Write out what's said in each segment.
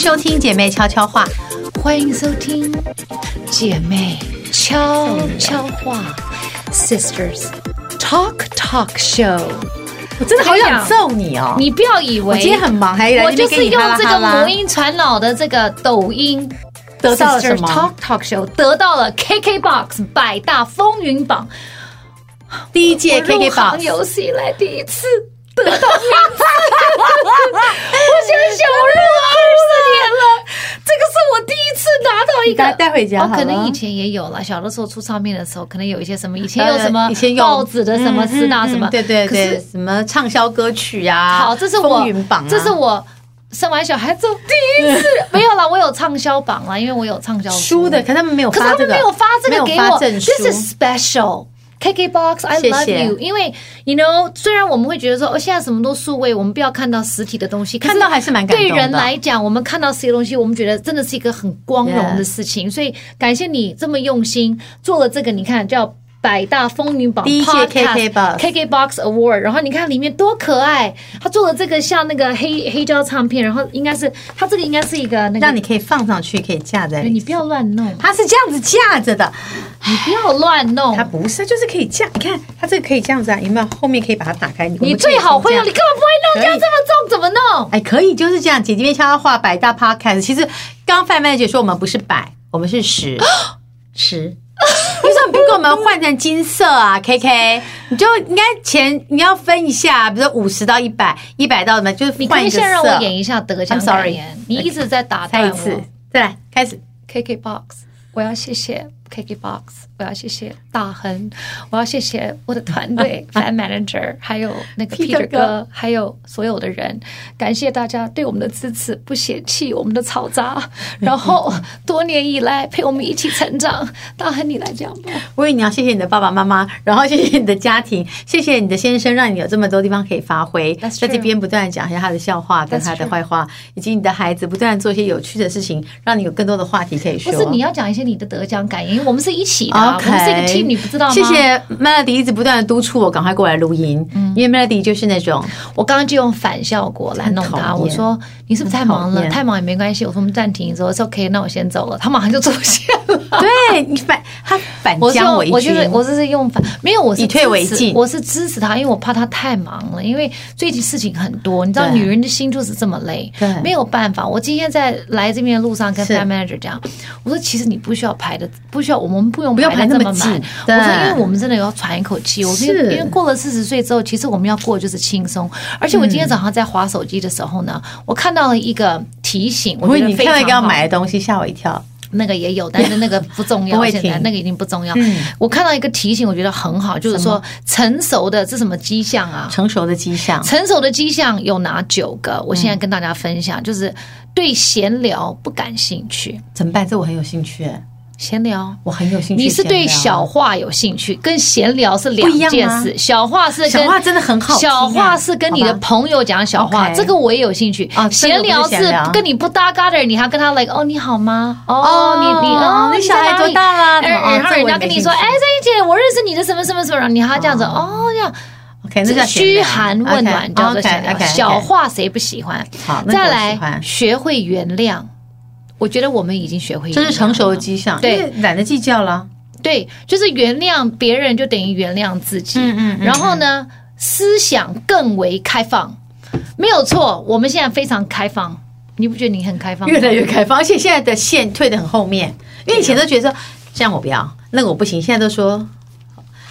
收听姐妹悄悄话，欢迎收听姐妹悄悄话，Sisters Talk Talk Show。我真的好想揍你哦！你不要以为我今天很忙，还来我这边就是跟你用哈拉这哈个拉母音传脑的这个抖音。得到了什 Sisters 么？ Talk Talk Show 得到了 KKBOX 百大风云榜第一届我入 KK 行榜有史以来第一次得到名次， 我想想，我入行二十年了，这个是我第一次拿到一大家个。带回家哦，好了。可能以前也有了，小的时候出唱片的时候，可能有一些什么，以前有什么呃以前有报纸的什么嗯四大嗯什么，嗯对对可是对，什么畅销歌曲啊，好，这是我风云榜啊，这是我生完小孩之后第 一次没有啦，我有畅销榜啦，因为我有畅销输的，可是他们没有可是发他这们个，没有发这个给没有我发证书，This is special。KKBox, I 谢谢 love you，因为 you know，虽然我们会觉得说，哦，现在什么都数位，我们不要看到实体的东西，可是看到还是蛮感动对的人来讲，我们看到这些东西，我们觉得真的是一个很光荣的事情。所以感谢你这么用心做了这个，你看叫百大风云榜第一届 KKBOX Podcast KKBox Award，然后你看里面多可爱，他做了这个像那个黑黑胶唱片，然后应该是他这个应该是一个那个，让你可以放上去，可以架在你不要乱弄，它是这样子架着的，你不要乱弄它，不是，就是可以架。你看，它这个可以这样子啊，有没有？后面可以把它打开。我们可以你最好会这用，样你根本不会弄，这可以样这么重怎么弄？哎，可以就是这样。姐姐面悄悄话百大 podcast，其实刚范曼姐说我们不是百，我们是 十十。你为什么不给我们换成金色啊？K K，你就应该钱你要分一下，比如说五十到一百，一百到什么，就是你可换以一个先让我色。演一下得奖 I'm 感 sorry 言，你一直在打再断一我。次，再来开始。 KKBox，我要谢谢 KKBox，我要谢谢大恒，我要谢谢我的团 队 Fan Manager，还有那个 Peter Peter 哥，还有所有的人，感谢大家对我们的支持，不嫌弃我们的嘈杂，然后多年以来陪我们一起成长。大恒，你来讲吧。我以为你要谢谢你的爸爸妈妈， 然后谢谢你的家庭，谢谢你的先生，让你有这么多地方可以发挥， That's 在这边不断地讲一下他的笑话跟 That's 他的 true 坏话，以及你的孩子不断地做一些有趣的事情，让你有更多的话题可以不说。是你要讲一些你的得奖感言，因为我们是一起的啊哦 OK，我们是一个 team，你不知道吗？谢。谢 Melody 一直不断的督促我赶快过来录音，嗯因为 Melody 就是那 种我刚刚就用反效果来弄很他，讨厌我说你是不是太忙很讨了？厌太忙也没关系。我说我们暂停一周，说 OK，那我先走了。他马上就出现了。对你反他反我将说为，我就军，是我这是用反，没有我是以退为支持进我是支持他，因为我怕他太忙了，因为最近事情很多，你知道对女人的心就是这么累对，没有办法。我今天在来这边的路上跟是 fan manager 讲，我说其实你不需要排的，不需要我们不用不用排排那的这么么紧满，我对说因为我们真的要喘一口气，我说因是为过了四十岁之后，其实我们要过的就是轻松。而且我嗯今天早上在划手机的时候呢，我看到了一个提醒，我我以觉为你得非看常到一个要好买的东西吓我一跳，那个也有，但是那个不重 不要，会现在停那个已经不重要嗯。我看到一个提醒，我觉得很好，就是说成熟的这什么迹象啊？成熟嗯的迹象，成熟的迹象有哪九个？我现在跟大家分享，就是对闲聊不感兴趣，怎么办？这我很有兴趣，闲聊。我很有兴趣闲聊。你是对小话有兴趣，跟闲聊是两不一样件吗事。小话是跟小话真的很好听啊小话是跟你的好吧朋友讲小话， OK 这个我也有兴趣。哦这个闲不是聊闲聊跟你不搭嘎的人，你还跟他 like 哦你好吗？哦、哦你你哦那你小在孩哪多里大啦怎么哦哎然后这人我家也跟没你说，兴哎，趣这一姐，我认识你的什么什么什么，然后你还这样子哦这样。 OK，那叫闲嘘聊寒问暖 OK，叫做闲聊 OK，OK，OK 小话谁不喜欢？好那个我再喜来欢学会原谅。我觉得我们已经学会原谅这了，是成熟的迹象，对因为懒得计较了。对，就是原谅别人就等于原谅自己。嗯嗯嗯然后呢，思想更为开放，没有错。我们现在非常开放，你不觉得你很开放吗？越来越开放，而且现在的线退得很后面，因为以前都觉得说这样我不要，那个我不行，现在都说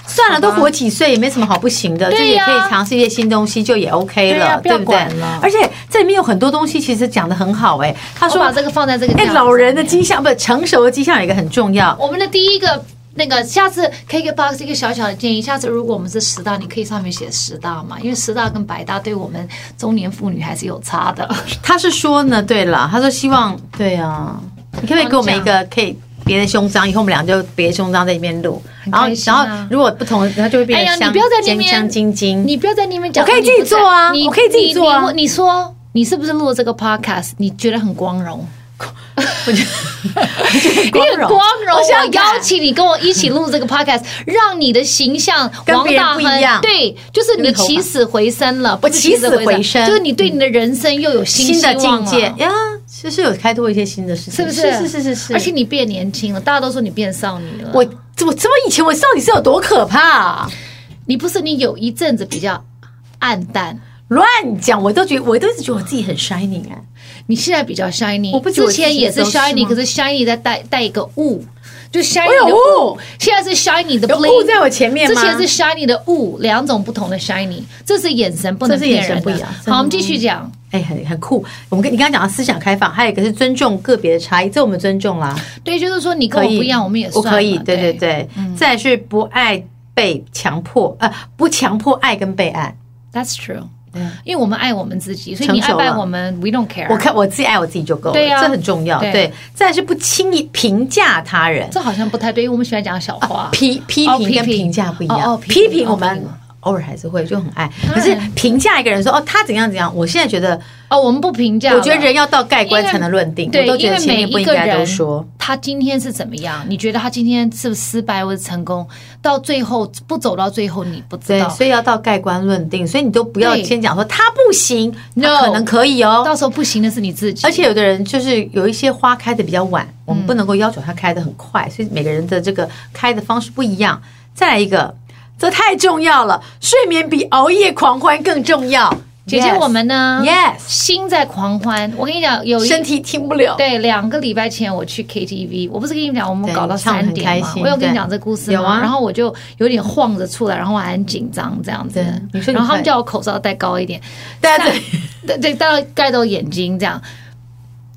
算了，都活几岁也没什么好不行的，就对也呀可以尝试一些新东西，就也 OK 对呀了，不要对不对管了？而且这里面有很多东西其实讲的很好，哎，他我说把这个放在这个哎架子老人的上迹面象不是成熟的迹象有一个很重要，我们的第一个那个，下次 KKBOX 一个小小的建议，下次如果我们是十大，你可以上面写十大嘛，因为十大跟百大对我们中年妇女还是有差的。他是说呢，对了，他说希望对啊，你可不可以给我们一个可以别的胸章，以后我们俩就别的胸章在里面录，然后开心然啊后如果不同，它就会变哎呀得你香不要在那香边香晶晶。 你不要在那边讲，我可以你不自己做啊在你我可以自己做啊你你你说你是不是录了这个 podcast，你觉得很光荣？我觉得我觉 得你很光荣，啊我我想想邀请你跟我一起录这个 podcast，让 你的形象跟王别人大不亨一样对，就是你起死回生了，不是起死回生就是你对你的人生又有新的希望境界了呀，是是是有开拓一些新的事情，是不是？是是是是。而且你变年轻了，大家都说你变少女了。我我这么以前我到底是有多可怕、啊？你不是你有一阵子比较暗淡，乱讲，我都觉得我都一直觉得我自己很 shining 哎、你现在比较 shiny。我不觉得之我自己前也是都是 shiny，吗可是 shiny 在带带一个雾，就 shiny 我的有雾雾，现在是 shiny 的哦有 bling。雾在我前面之吗？前是 shiny 的雾，两种不同的 shiny，这是眼神不能这是眼骗人神不一的样。真的好，我们继续讲。哎、很很酷。我们跟你刚刚讲到思想开放，还有一个是尊重个别的差异，这我们尊重啦，对，就是说你跟可我以不一样，我们也我算嘛嗯可以，对对。对。再来是不爱被强迫，呃，不强迫爱跟被爱。 That's true，对因为我们爱我们自己，所以你成爱熟不爱了我们，we don't care。我看我自己爱我自己就够了，对呀啊这很重要。对对，再来是不轻易评价他人，这好像不太对，因为我们喜欢讲小话。批批哦评批跟评评价不一样。哦哦批批评评我哦批们评偶尔还是会就很爱，当然可是评价一个人说哦他怎样怎样，我现在觉得，哦，我们不评价了。我觉得人要到盖棺才能论定，我对，都因觉得为前每面不一应个该人，都说。他今天是怎么样？你觉得他今天是不是失败或者成功？到最后不走到最后，你不知对，道。所以要到盖棺论定，所以你都不要对先讲说他不行， No 那可能可以哦。到时候不行的是你自己。而且有的人就是有一些花开的比较晚，我嗯们不能够要求它开的很快，所以每个人的这个开的方式不一样。再来一个，这太重要了，睡眠比熬夜狂欢更重要。姐姐， Yes 我们呢 yes，心在狂欢。我跟你讲，有一身体听不了。对两个礼拜前我去 KTV，我不是跟你讲我们对搞到你唱得三很点吗开？心我有跟对你讲这故事吗？有啊然后我就有点晃着出来，然后我还很紧张这样子对你。说你然后他快们叫我口罩戴高一点，大家对对对，到盖到眼睛这样。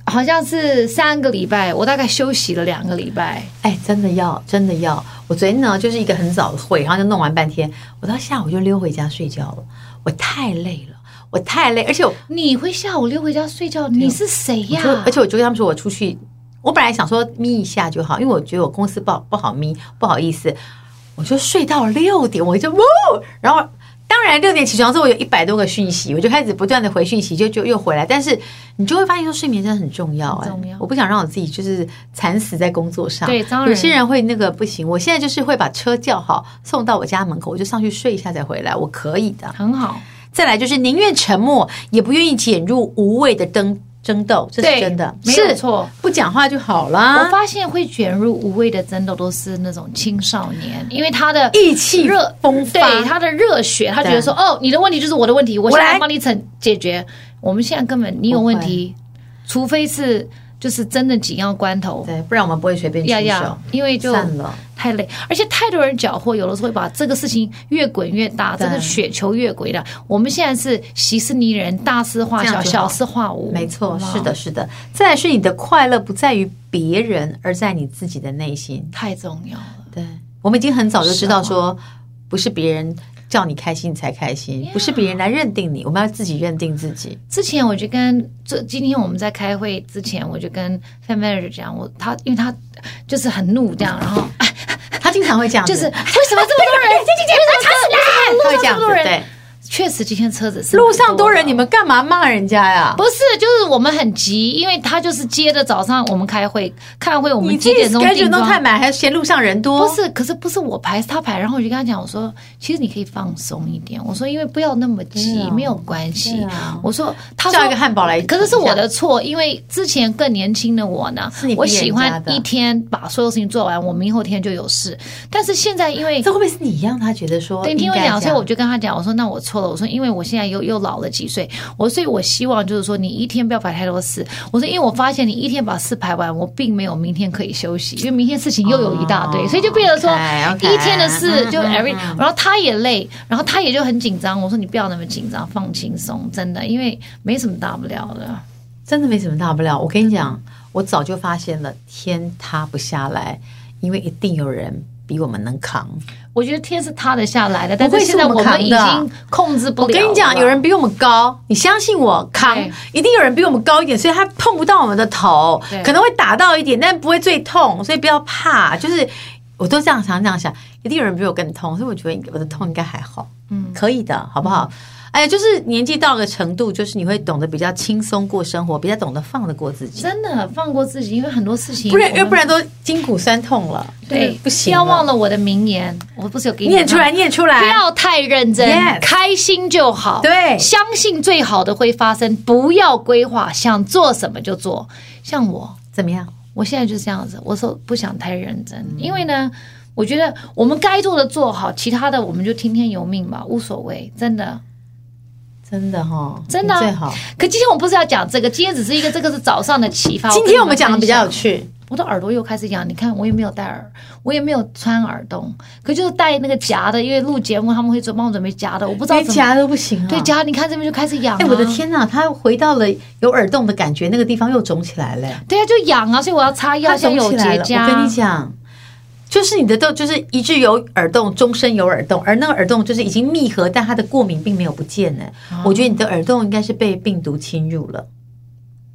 好像是三个礼拜，我大概休息了两个礼拜。哎，真的要，真的要。我昨天呢，就是一个很早的会，然后就弄完半天，我到下午就溜回家睡觉了。我太累了，我太累，而且我你会下午溜回家睡觉？你是谁呀就？而且我就跟他们说，我出去，我本来想说眯一下就好，因为我觉得我公司不好不好眯，不好意思，我就睡到六点，我就呜，然后当然六点起床之后，我有一百多个讯息，我就开始不断的回讯息，就就又回来，但是你就会发现说睡眠真的很重要、哎，很重要我不想让我自己就是惨死在工作上，对当然有些人会那个不行，我现在就是会把车叫好送到我家门口，我就上去睡一下再回来，我可以的。很好，再来就是宁愿沉默，也不愿意卷入无谓的争争斗，这是对，真的，没有是错。不讲话就好啦我。发现会卷入无谓的争斗都是那种青少年，因为他的意气热风发对他的热血，他觉对得说哦，你的问题就是我的问题，我现我在来帮你惩解决。我们现在根本你有问题，除非是就是真的紧要关头，对，哎不然我们不会随便出呀手呀。，因为就散了，太累，而且太多人搅和，有的时候会把这个事情越滚越大，这对个雪球越滚越大。我们现在是息事宁人，大事化这小，样就好小事化无，没错，嗯好不好是的，，是的。再来是你的快乐不在于别人，而在你自己的内心。太重要了。对，我们已经很早就知道是啊说，不是别人叫你开心你才开心，不是别人来认定你，我们要自己认定自己。之前我就跟这今天我们在开会之前，我就跟 fan manager 讲，我他因为他就是很怒这样，然后、哎他经常会这样子， 就是为什么这么多人？他会这样为什么这子么多，人？对。确实今天车子是路上多人，蛮的你们干嘛骂人家呀？不是，就是我们很急，因为他就是接着早上我们开会，开会我们你自几己点钟 schedule 定弄妆太满，还嫌路上人多？不，是，可是不是我排，是他排。然后我就跟他讲，我说其实你可以放松一点。我说因为不要那么急，对啊没有关系。对啊我说他叫说一个汉堡来可是是我的错，因为之前更年轻的我呢是你，逼我人家喜欢的一天把所有事情做完，我明后天就有事。但是现在因为这会不会是你让他觉得说对，应该听我这讲，样？所以我就跟他讲，我说那我错了，我说因为我现在又又老了几岁，我所以我希望就是说你一天不要排太多事。我说因为我发现你一天把事排完，我并没有明天可以休息，因为明天事情又有一大堆，哦所以就变得说 OK，OK，一天的事就嗯嗯 every，、然后他也累，然后他也就很紧张。我说你不要那么紧张，放轻松，真的，因为没什么大不了的。真的没什么大不了。我跟你讲，我早就发现了，天塌不下来，因为一定有人比我们能扛。我觉得天是塌得下来的，但不是会是现在我们我们已扛经控制不了我跟你讲，了有人比我们高，你相信我，扛对一定有人比我们高一点，所以他碰不到我们的头对，可能会打到一点，但不会最痛，所以不要怕。就是我都这样想，这样想，一定有人比我更痛，所以我觉得我的痛应该还好，嗯，可以的，好不好？哎，就是年纪到了程度，就是你会懂得比较轻松过生活，比较懂得放得过自己，真的放过自己，因为很多事情不然我们要不然都筋骨酸痛了，对不行了。哎要忘了我的名言，我不是有给你念出来，念出吗。不来，要太认真 Yes 开心就好。对相信最好的会发生，不要规划，想做什么就做。像我，怎么样？我现在就是这样子，我说不想太认真，嗯因为呢，我觉得我们该做的做好，其他的我们就听天由命吧，无所谓，真的。真的哈，真的啊你最好。可今天我们不是要讲这个，今天只是一个这个是早上的启发。今跟你天我们讲的比较有分享趣，我的耳朵又开始痒，你看我也没有戴耳，我也没有穿耳洞，可就是戴那个夹的，因为录节目他们会准帮我准备夹的，我不知道连怎么夹都不行啊。对。夹，你看这边就开始痒、啊，哎，我的，天呐，他回到了有耳洞的感觉，那个地方又肿起来了。对啊，就痒啊，所以我要擦药，它先肿有起来结了。痂。哎我跟你，讲，就是你的痘，就是一直有耳洞，终身有耳洞，而那个耳洞就是已经密合，但它的过敏并没有不见呢、哦我觉得你的耳洞应该是被病毒侵入了。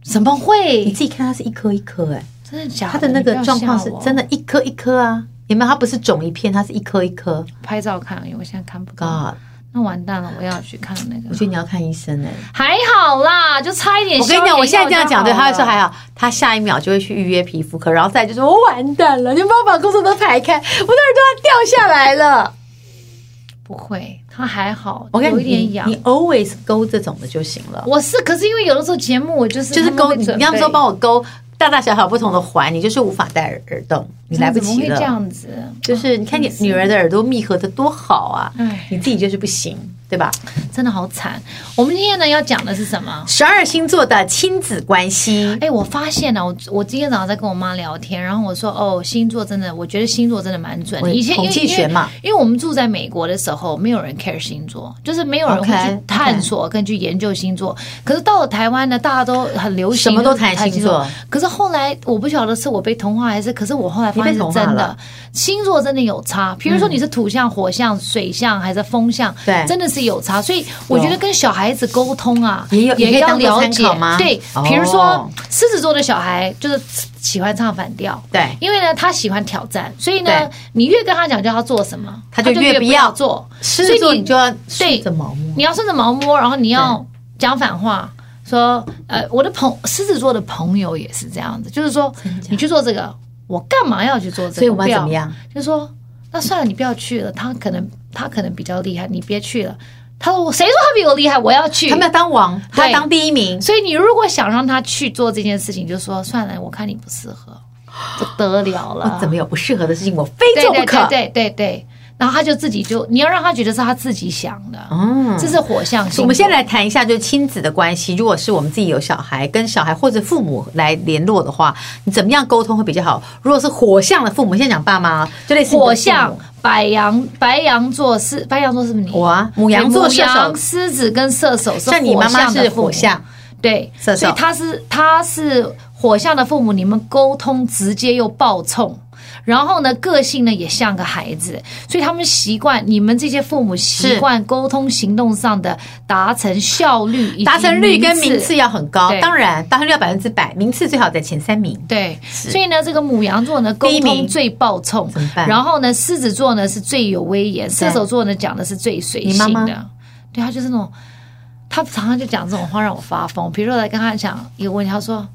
怎么你会？自己看它是一颗一颗，哎，真的假它的那你不个要状况吓是我真的，一颗一颗啊。有没有？它不是肿一片，它是一颗一颗。拍照看，因为我现在看不到， God，那完蛋了，我要去看那啊我个觉。得你要看医生哎、还好啦，就差一点。我跟你讲，我现在这样讲，对他会说还。还好，他下一秒就会去预约皮肤科，然后再来就说我完蛋了，你帮我把工作都排开，我的耳朵要掉下来了。不会，它还好，我跟有你一点痒你。always 勾这种的就行了，我是，可是因为有的时候节目我就是就是勾，你你要么说帮我勾大大小小不同的环，你就是无法戴耳耳洞，你来不怎么及会这了。样子？就是你看你真是女儿的耳朵密合的多好啊唉，你自己就是不行，对吧？真的好惨。我们今天呢要讲的是什么？十二星座的亲子关系，哎，我发现了，我我今天早上在跟我妈聊天，然后我说，哦，星座真的，我觉得星座真的蛮准的。我以前因为统计学嘛因为，因为我们住在美国的时候，没有人 care 星座，就是没有人会去 OK，OK 探索跟去研究星座。可是到了台湾呢，大家都很流行，什么都就是谈谈星星座。可是后来我不晓得是我被同化还是，可是我后来发现你被是同化真的了，嗯星座真的有差。比如说你是土象、火象、水象还是风象，对真的是有差。所以我觉得跟小孩子沟通啊，也有也可以要当做了参解考吗对哦，比如说狮子座的小孩就是喜欢唱反调，对因为呢他喜欢挑战，所以呢对你越跟他讲叫他做什么，他就越越不不要要做。狮所子以座你你就要对顺着毛摸。你要顺着毛摸，然后你要讲反话，说呃，我的朋狮子座的朋友也是这样子，就是说你去做这个，我干嘛要去做这个？所以我们要不怎么样？就说那算了，你不要去了，他可能他可能比较厉害，你别去了。他说我谁说他比我厉害？我要去他。们要当王，他要对当第一名。所以你如果想让他去做这件事情，就说算了，我看你不适合，不得了了我。哦怎么有不适合的事情，我非对做不对对可。对对对，然后他就自己就你要让他觉得是他自己想的，嗯这是火象星座。我们先来谈一下，就是亲子的关系。如果是我们自己有小孩，跟小孩或者父母来联络的话，你怎么样沟通会比较好？如果是火象的父母，先讲爸妈，就类似你的火父象母，、白羊、白羊座是白羊座是不是你？我啊母羊座对射手母羊狮子跟射手是像你妈妈火象的是父母火象，对，射手所以他是他是火象的父母，你们沟通直接又暴冲。然后呢，个性呢也像个孩子，所以他们习惯你们这些父母习惯沟通行动上的达成效率以及达成率跟名次要很高，对当然达成率要百分之百，名次最好在前三名。对，所以呢，这个母羊座呢，沟第一名通最暴冲怎么办，啊然后呢，狮子座呢是最有威严，射手座呢讲的是最随性的，你妈对他就是那种，他常常就讲这种话让我发疯。比如说我在跟他讲一个问题，他说：“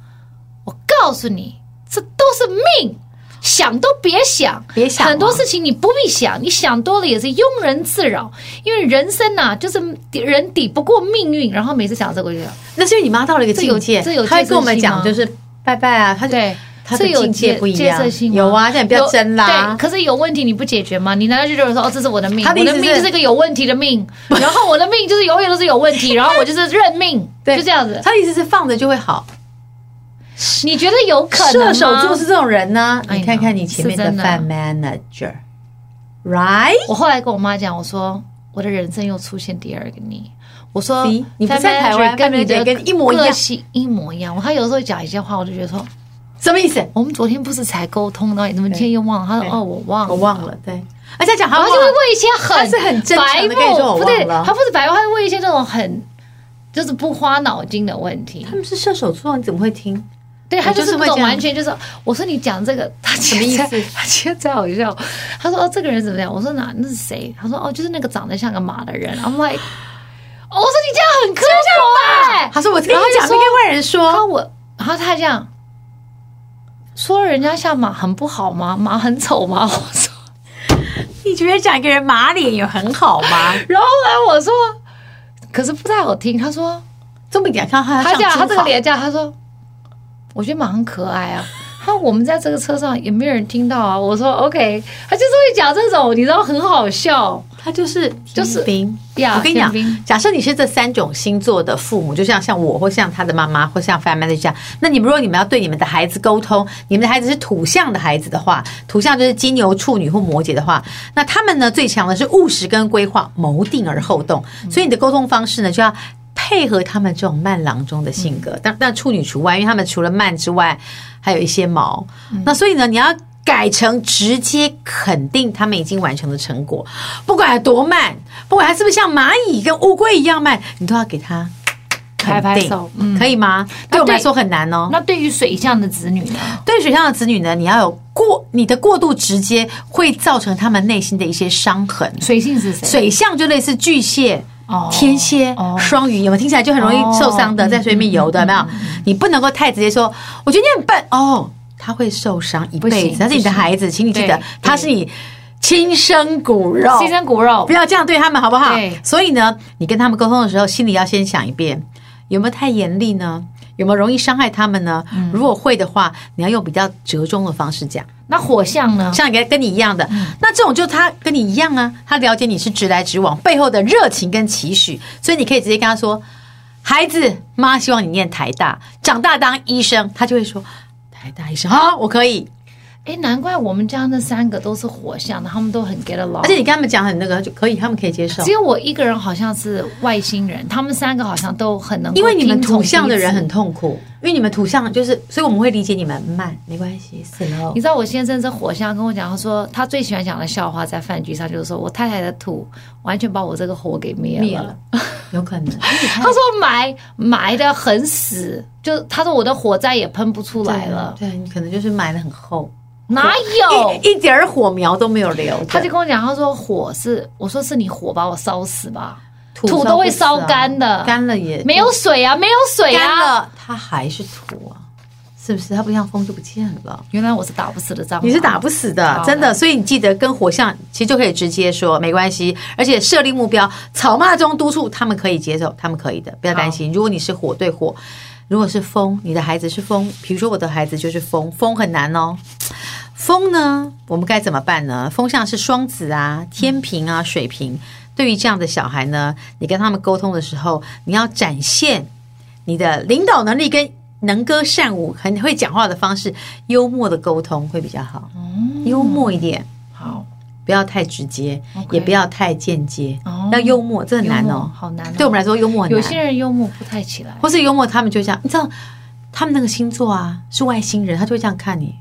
我告诉你，这都是命。”想都别想，别想啊很多事情你不必想，你想多了也是庸人自扰。因为人生呐、就是人抵不过命运。然后每次想这个，我就想那是因为你妈到了一个境界，这有这有她会跟我们建讲，设就是拜拜啊，她就对，她的这有境界建不一样建设性吗有啊但你不要有争啦对，可是有问题你不解决吗？你难道就认为说哦，这是我的命，他的意我思的命是就是个有问题的 命，然后我的命就是永远都是有问题，然后我就是认命， 对就这样子。她的意思是放着就会好。你觉得有可能吗射手座是这种人呢，哎呀你看看你前面的是真的饭 manager，right？我后来跟我妈讲，我说我的人生又出现第二个你。我说 See？你不在 Manager 台湾跟你 Manager 的跟一模一样个性一模一样。我他有时候讲一些话，我就觉得说，什么意思？我们昨天不是才沟通到，你怎么今天又忘了？他对说哦，我忘了，我忘了，对，而且讲然好后就会问一些很他是很真诚地白跟你说我目，不对，忘了他不是白目，他会问一些这种很就是不花脑筋的问题他。们是射手座，你怎么会听？对他我就就是是不会这懂，样完全就是我说你讲这个，他什么意思？ 他觉得太好笑。他说哦，这个人怎么样？我说哪那是谁？他说哦，就是那个长得像个马的人。I'm like，哦我说你这样很刻薄哎、他说我跟你然讲，后没就跟说外人然后说，我，然后他还这样说人家像马很不好吗？马很丑吗？ 我说，你觉得讲一个人马脸有很好吗？然后后来我说，可是不太好听。他说， 这么讲，看他他像这样，猪他这个跑，脸这样，他说，我觉得马很可爱啊。他说我们在这个车上也没有人听到啊。我说 OK，他就是会讲这种，你知道很好笑他就是就是天兵。呀。我跟你天讲兵，假设你是这三种星座的父母，就像像我，或像他的妈妈，或像 family 这样，那你们如果你们要对你们的孩子沟通，你们的孩子是土象的孩子的话，土象就是金牛、处女或摩羯的话，那他们呢最强的是务实跟规划，谋定而后动，所以你的沟通方式呢就要。配合他们这种慢郎中的性嗯格，但但处女除外，因为他们除了慢之外，还有一些毛。嗯那所以呢，你要改成直接肯定他们已经完成的成果，不管有多慢，不管他是不是像蚂蚁跟乌龟一样慢，你都要给他肯拍拍定手嗯可以吗？对那我们对来说很难哦。那对于水象的子女呢？对水象的子女呢，你要有过你的过度直接，会造成他们内心的一些伤痕。水性是谁？水象就类似巨蟹哦、天蝎、哦双鱼，有没有听起来就很容易受伤的，哦在水里面游的，有没有？你不能够太直接说，我觉得你很笨哦，他会受伤一不辈行子，他是你的不行孩子，请你记得对他是你亲生骨肉，鸡生骨肉不。要这样对他们，好不好对？所以呢，你跟他们沟通的时候，心里要先想一遍，有没有太严厉呢？有没有容易伤害他们呢？嗯如果会的话，你要用比较折中的方式讲。那火象呢？像跟跟你一样的，嗯那这种就他跟你一样啊，他了解你是直来直往，背后的热情跟期许，所以你可以直接跟他说：“孩子，妈希望你念台大，长大当医生。”他就会说：“台大医生，好，我可以。哎，难怪我们家那三个都是火象的，他们都很 get ” along。而且你跟他们讲很那个就可以，他们可以接受只。有我一个人好像是外星人，他们三个好像都很能够因为你们听从土象的人彼此很痛苦，因为你们土象就是，所以我们会理解你们慢，没关系，slow 你。知道我先生是火象，跟我讲，他说他最喜欢讲的笑话在饭局上就是说我太太的土完全把我这个火给灭了。灭了，有可能。 他说埋埋的很死，就他说我的火再也喷不出来了，对你可能就是埋的很 厚，哪有？一一点儿火苗都没有留着。他就跟我讲，他说火是，我说是你火把我烧死吧，土烧都不会死烧啊干的干了也没有水啊，没有水干啊。了，它还是土啊，是不是？它不像风就不见了。原来我是打不死的蟑螂，你是打不死的好，真的。所以你记得跟火象其实就可以直接说没关系，而且设立目标，草骂中督促他们可以接受，他们可以的，不要担心。如果你是火对火，如果是风，你的孩子是风，比如说我的孩子就是风，风很难哦。风呢，我们该怎么办呢？风象是双子啊、天平啊、水瓶。对于这样的小孩呢，你跟他们沟通的时候，你要展现你的领导能力跟能歌善舞、很会讲话的方式，幽默的沟通会比较好。嗯幽默一点，好不要太直接 OK 也不要太间接，哦要幽默，这很难幽默哦。好难、哦。对我们来说，幽默很有难。些人幽默不太起来，或是幽默，他们就会这样，你知道，他们那个星座啊是外星人，他就会这样看你，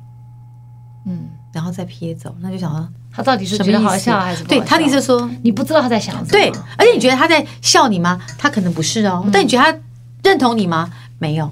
嗯，然后再撇走，那就想说他到底是什么觉得好意笑还思是？不对，好笑嗯他的意思是说，你不知道他在想什么。对，而且你觉得他在笑你吗？他可能不是嗯哦，但你觉得他认同你吗？没有，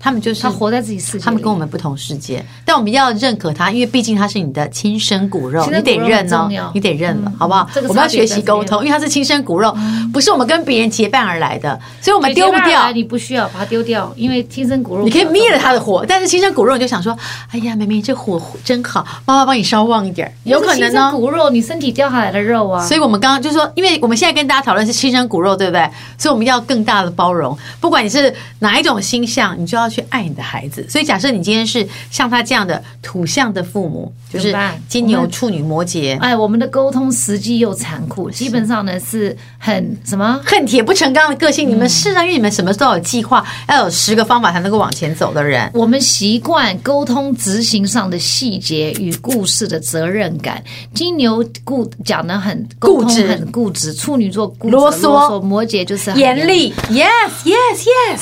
他们就是他活在自己世界里，他们跟我们不同世界，但我们要认可他，因为毕竟他是你的亲生骨肉，亲你生骨得肉认很哦重要，你得认了，嗯好不好？这个我们要差别学在习这沟边嗯通，因为他是亲生骨肉，不是我们跟别人结伴而来的，所以我们丢不所以接下掉来。你不需要把它丢掉，因为亲生骨肉。你可以灭了他的火，但是亲生骨肉你就想说，哎呀，妹妹这火真好，妈妈帮你烧旺一点儿，有可亲能哦生呢。骨肉，你身体掉下来的肉啊。所以我们刚刚就说，因为我们现在跟大家讨论是亲生骨肉，对不对？所以我们要更大的包容，不管你是哪一种星象，你就要去爱你的孩子。所以假设你今天是像他这样的土象的父母，就怎是么办金我牛、们处女、摩羯，哎，我们的沟通实际又残酷，基本上呢是很什么？恨铁不成钢的个性，嗯你们是啊，因为你们什么都要有计划，要有十个方法才能够往前走的人。我们习惯沟通执行上的细节与故事的责任感。金牛固讲的很固沟通执很固执，处女座固执啰嗦啰嗦，摩羯就是很严。厉，yes yes yes，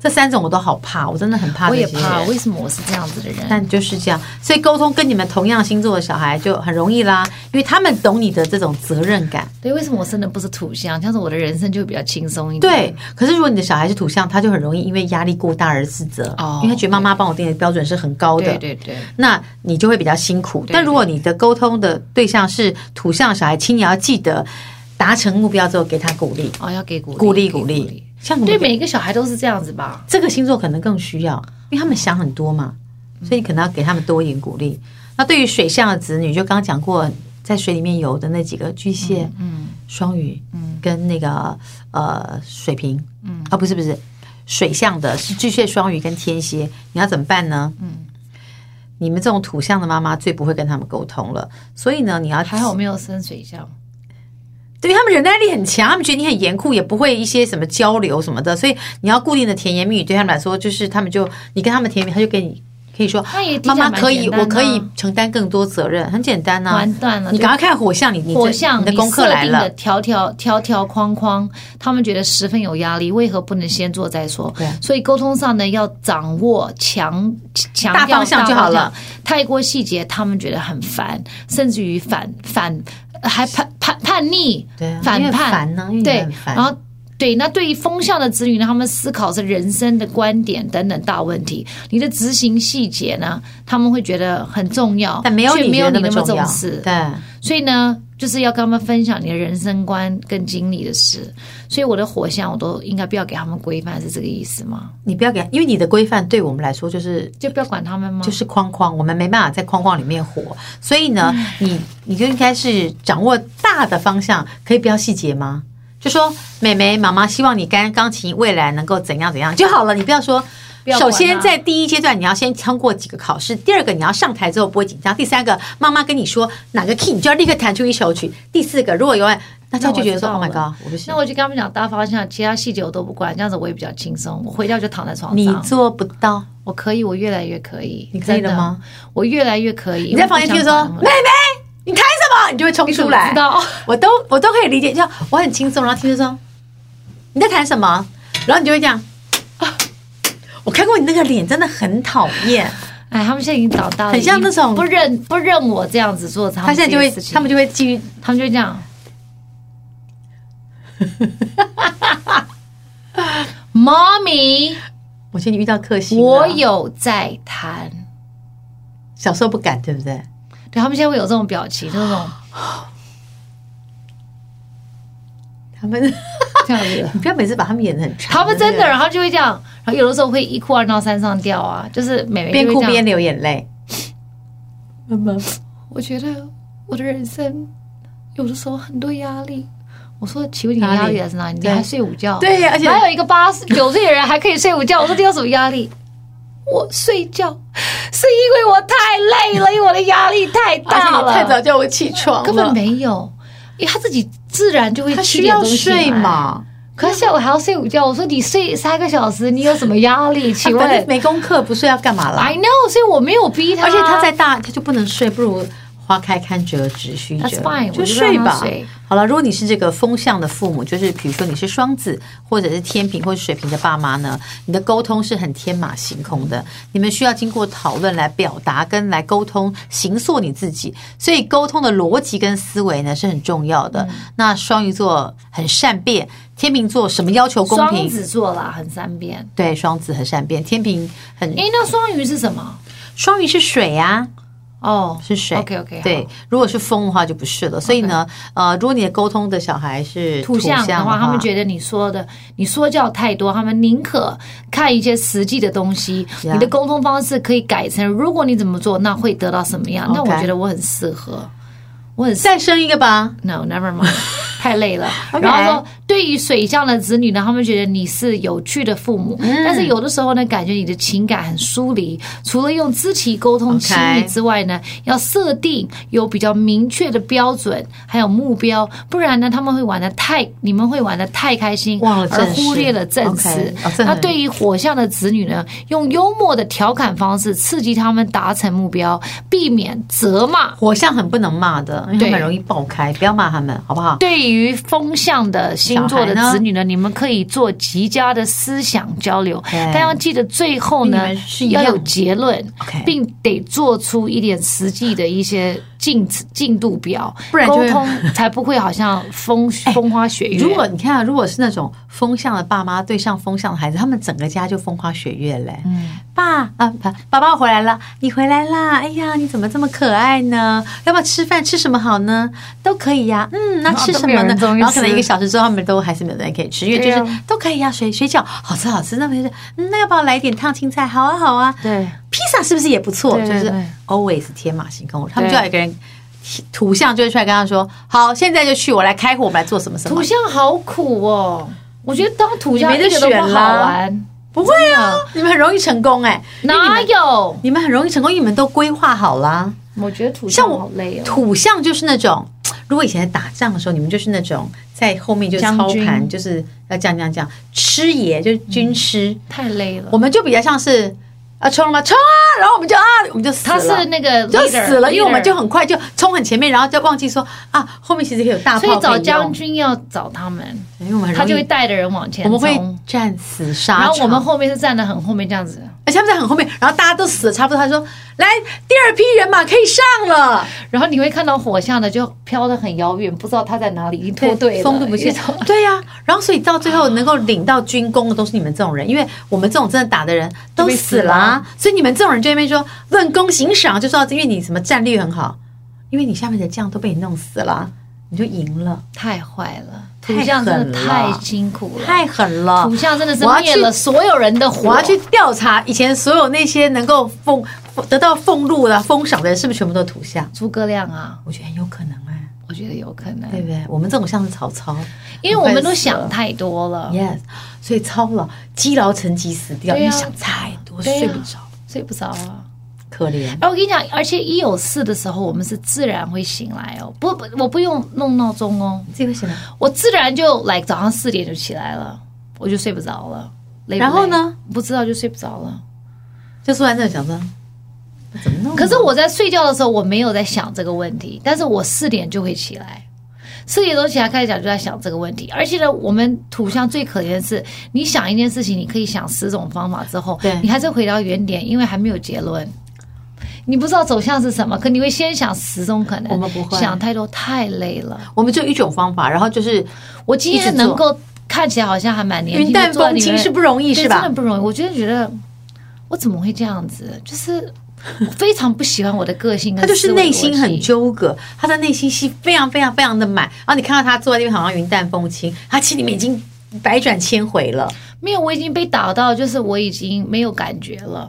这三种我都好怕，我真的很怕我啊这些也人。怕，为什么我是这样子的人？但就是这样，所以沟通跟你们同样星座的小孩就很容易啦，因为他们懂你的这种责任感。对，为什么我生的不是土象？这样子我的人生就会比较轻松一点。对，可是如果你的小孩是土象，他就很容易因为压力过大而自责，哦因为他觉得妈妈帮我定的标准是很高的，对对对，那你就会比较辛苦。对但如果你的沟通的对象是土象小孩，请你要记得。达成目标之后给他鼓励，哦，要给鼓励，鼓励给鼓励。像我们对每一个小孩都是这样子吧？这个星座可能更需要，因为他们想很多嘛，嗯所以你可能要给他们多一点鼓励。那对于水象的子女，就刚刚讲过，在水里面游的那几个巨蟹、嗯双鱼，嗯跟那个呃水瓶，嗯啊不是不是水象的是巨蟹、双鱼跟天蝎，你要怎么办呢？嗯，你们这种土象的妈妈最不会跟他们沟通了，所以呢，你要还好没有深水象。对他们忍耐力很强，他们觉得你很严酷，也不会一些什么交流什么的，所以你要固定的甜言蜜语对他们来说，就是他们就你跟他们甜言蜜语，他就跟你可以说那也，听妈起来妈蛮可以，简单的我啊可以承担更多责任，很简单呐、啊完蛋了你赶快看火象，你你这火象，你的功课设来定了的，条条条条框框，他们觉得十分有压力，为何不能先做再说对？所以沟通上呢，要掌握强强大调方向就好了大方向。太过细节，他们觉得很烦，甚至于反反还叛叛叛逆，对啊因反为叛烦呢因为你对，很烦然后。对，那对于风向的子女呢，他们思考是人生的观点等等大问题。你的执行细节呢，他们会觉得很重要，但没有却你没觉有得你那那么重重要，视。对，所以呢，就是要跟他们分享你的人生观跟经历的事。所以我的火象我都应该不要给他们规范，是这个意思吗？你不要给，因为你的规范对我们来说就是就不要管他们吗？就是框框，我们没办法在框框里面活，所以呢，嗯你你就应该是掌握大的方向，可以不要细节吗？就说妹妹、妈妈希望你干钢琴未来能够怎样怎样就好了，你不要说。不要管首啊先，在第一阶段，你要先通过几个考试；第二个，你要上台之后不会紧张；第三个，妈妈跟你说哪个 key，你就要立刻弹出一首曲；第四个，如果有人，大家就觉得说那：“Oh 我 my 知道了 god，我不行那。我就跟他们讲大方向，其他细节我都不管，这样子我也比较轻松。我回家就躺在”床你上，做不到，我可以，我越来越可以。你可以了吗真的？我越来越可以。你在房间我不听想说管他：“妹们妹，你弹什么？”你就会冲你怎出么来。知道？我都我都可以理解，就我很轻松，然后听众说你在谈什么，然后你就会这样。啊我看过你那个脸，真的很讨厌。 哎，他们现在已经长大了，很像那种已经不认不认我这样子做，他他们现在就这会些事，情他们就会基于他们就会这样。 妈咪，我觉得你遇到克星啊了，我有在谈，小时候不敢，对不对？对他们现在会有这种表情，那种他们这样子。你不要每次把他们演的很差， 他们真的，然后就会这样，然后有的时候会一哭二闹三上吊啊，就是美美边就哭会这边样。流眼泪。妈妈，我觉得我的人生有的时候很多压力。我说，请问你哪里压力来自哪里？你对还睡午觉？对而且哪有一个八 十九岁的人还可以睡午觉？我 说这有什么压力？我睡觉是因为我太累了，因为我的压力太大而且了，你太早叫我起床了，根本没有，因为他自己自然就会他七需点要钟醒睡来。嘛？可是下午还要睡午觉，我说你睡三个小时，你有什么压力？他请反正问没功课，不睡要干嘛啦？ ，I know，所以我没有逼他，而且他在大，他就不能睡，不如花开堪折直须折 That's fine，就我就让睡他吧睡。好了，如果你是这个风向的父母，就是比如说你是双子，或者是天平或者水瓶的爸妈呢，你的沟通是很天马行空的，你们需要经过讨论来表达跟来沟通，形塑你自己。所以沟通的逻辑跟思维呢是很重要的。嗯那双鱼座很善变，天秤座什么要求公双平？子座啦，很三变。对，双子很善变，天平很诶，那双鱼是什么？双鱼是水啊。哦，是水。 OK，OK，好对，如果是风的话就不是了。所以呢，呃，如果你的沟通的小孩是土象的的话，他们觉得你说的你说教太多，他们宁可看一些实际的东西。 Yeah 你的沟通方式可以改成，如果你怎么做，那会得到什么样？那 OK 我觉得我很适合，我很适再生一个吧。 No, never mind，太累了。 OK 然后说，对于水象的子女呢，他们觉得你是有趣的父母，嗯但是有的时候呢，感觉你的情感很疏离。除了用肢体沟通 OK 亲密之外呢要设定有比较明确的标准，还有目标，不然呢，他们会玩的太，你们会玩的太开心，忘哦了正而事忽略了正事 OK，哦这很那对于火象的子女呢，用幽默的调侃方式刺激他们达成目标，避免责骂。火象很不能骂的，因为他们对很容易爆开，不要骂他们，好不好？对于风象的星座小孩的呢子女呢，你们可以做极佳的思想交流，对但要记得最后呢因为你们是一样要有结论 OK 并得做出一点实际的一些进进度表，不然就沟会哎通才不会好像 风风花雪月。如果你看、啊，如果是那种风向的爸妈对上风向的孩子，他们整个家就风花雪月嘞、嗯爸啊，爸，爸爸我回来了，你回来啦！哎呀，你怎么这么可爱呢？要不要吃饭？吃什么好呢？都可以呀、嗯，那然后吃哦都什没有么呢人？终于然后可能吃一个小时之后，他们都还是没有人可以吃，因为对就啊是都可以呀、水水饺好吃好吃。那没事，嗯那要不要来点烫青菜？好啊好啊。对，披萨是不是也不错？对就对是对 always 天马行空，他们对就要有一个人图像就会出来跟他说：“好，现在就去，我来开火，我们来做什么什么。”土象好苦哦，我觉得当土象你没得一点都不选好啦玩，不会啊，你们很容易成功哎、因为你哪们有？你们很容易成功，因为你们都规划好啦。我觉得土像象我好累哦。土象就是那种，如果以前在打仗的时候，你们就是那种在后面就将操军盘，就是要这样这样这样，师爷就是军师，太累了我。们就比较像是啊冲了吗冲啊，然后我们就啊我们就死了。他是那个 leader, 就死了，因为我们就 leader 很快就冲很前面，然后就忘记说啊，后面其实可以有大炮可所以找用将，军要找他们，因为我们很他容就会易，带着人往前我们冲，会战死沙场。然后我们后面是站得很后面这样子，而且他们在很后面，然后大家都死了差不多，他说来第二批人马可以上了，然后你会看到火象的就飘得很遥远，不知道他在哪里，已经脱队了，风度不因去为他，对呀、然后所以到最后能够领到军功的都是你们这种人，因为我们这种真的打的人都死了啊、所以你们这种人就在那边说论功行赏，就说因哎为你什么战略很好，因为你下面的将都被你弄死了啊，你就赢了， 太坏了，太土象真的狠了太辛苦了，太狠了土。象真的是我要灭去了所有人的火，我要去调查以前所有那些能够俸得到俸禄的封赏的人，是不是全部都土象？诸葛亮啊，我觉得很有可能哎、我觉得有可能，对不对？我们这种像是曹操，因为我们很都快死了想太多了， yes，所以操劳积劳成疾死掉，对因啊为想太多，对啊睡不着，睡不着啊。可怜。而我跟你讲，而且一有事的时候，我们是自然会醒来哦，不不，我不用弄闹钟哦，自己会醒来，我自然就来早上四点就起来了，我就睡不着了。累不累然后呢？不知道就睡不着了。就坐在那里想着怎么弄啊。可是我在睡觉的时候，我没有在想这个问题，但是我四点就会起来，四点钟起来开始讲就在想这个问题。而且呢，我们土象最可怜的是，你想一件事情，你可以想十种方法之后对，你还是回到原点，因为还没有结论。你不知道走向是什么，可你会先想十种可能，我们不会想太多，太累了。我们就一种方法，然后就是我今一直天做能够看起来好像还蛮年轻，云淡就坐在风里轻面是不容易，对是真吧的？不容易。我真的觉得我怎么会这样子？就是我非常不喜欢我的个性跟他就是思维内心很逻辑。纠葛，他的内心戏非常非常非常的满。然后你看到他坐在那边好像云淡风轻，他心里面已经百转千回了。没有，我已经被打到，就是我已经没有感觉了。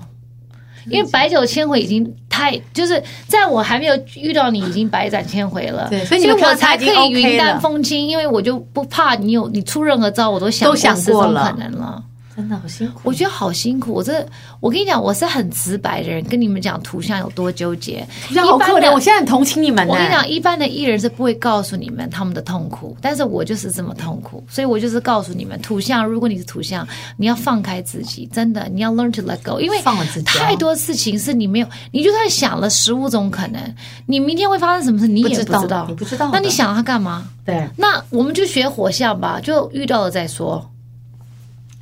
因为百九千回已经太，就是在我还没有遇到你，已经百转千回了。对所以你们看我到他才已可经以 OK 云淡了风轻，因为我就不怕你有你出任何招，我都想都想十种过了可能了。真的好辛苦，我觉得好辛苦，我这我跟你讲，我是很直白的人，跟你们讲图像有多纠结，这样好可一般怜。的我现在很同情你们呢、我跟你讲，一般的艺人是不会告诉你们他们的痛苦，但是我就是这么痛苦，所以我就是告诉你们，土象，如果你是土象，你要放开自己，真的，你要 learn to let go，因为放了自己啊太多事情是你没有，你就算想了十五种可能，你明天会发生什么事，你也不知不道知道你，不知道的那你想它干嘛？对，那我们就学火象吧，就遇到了再说。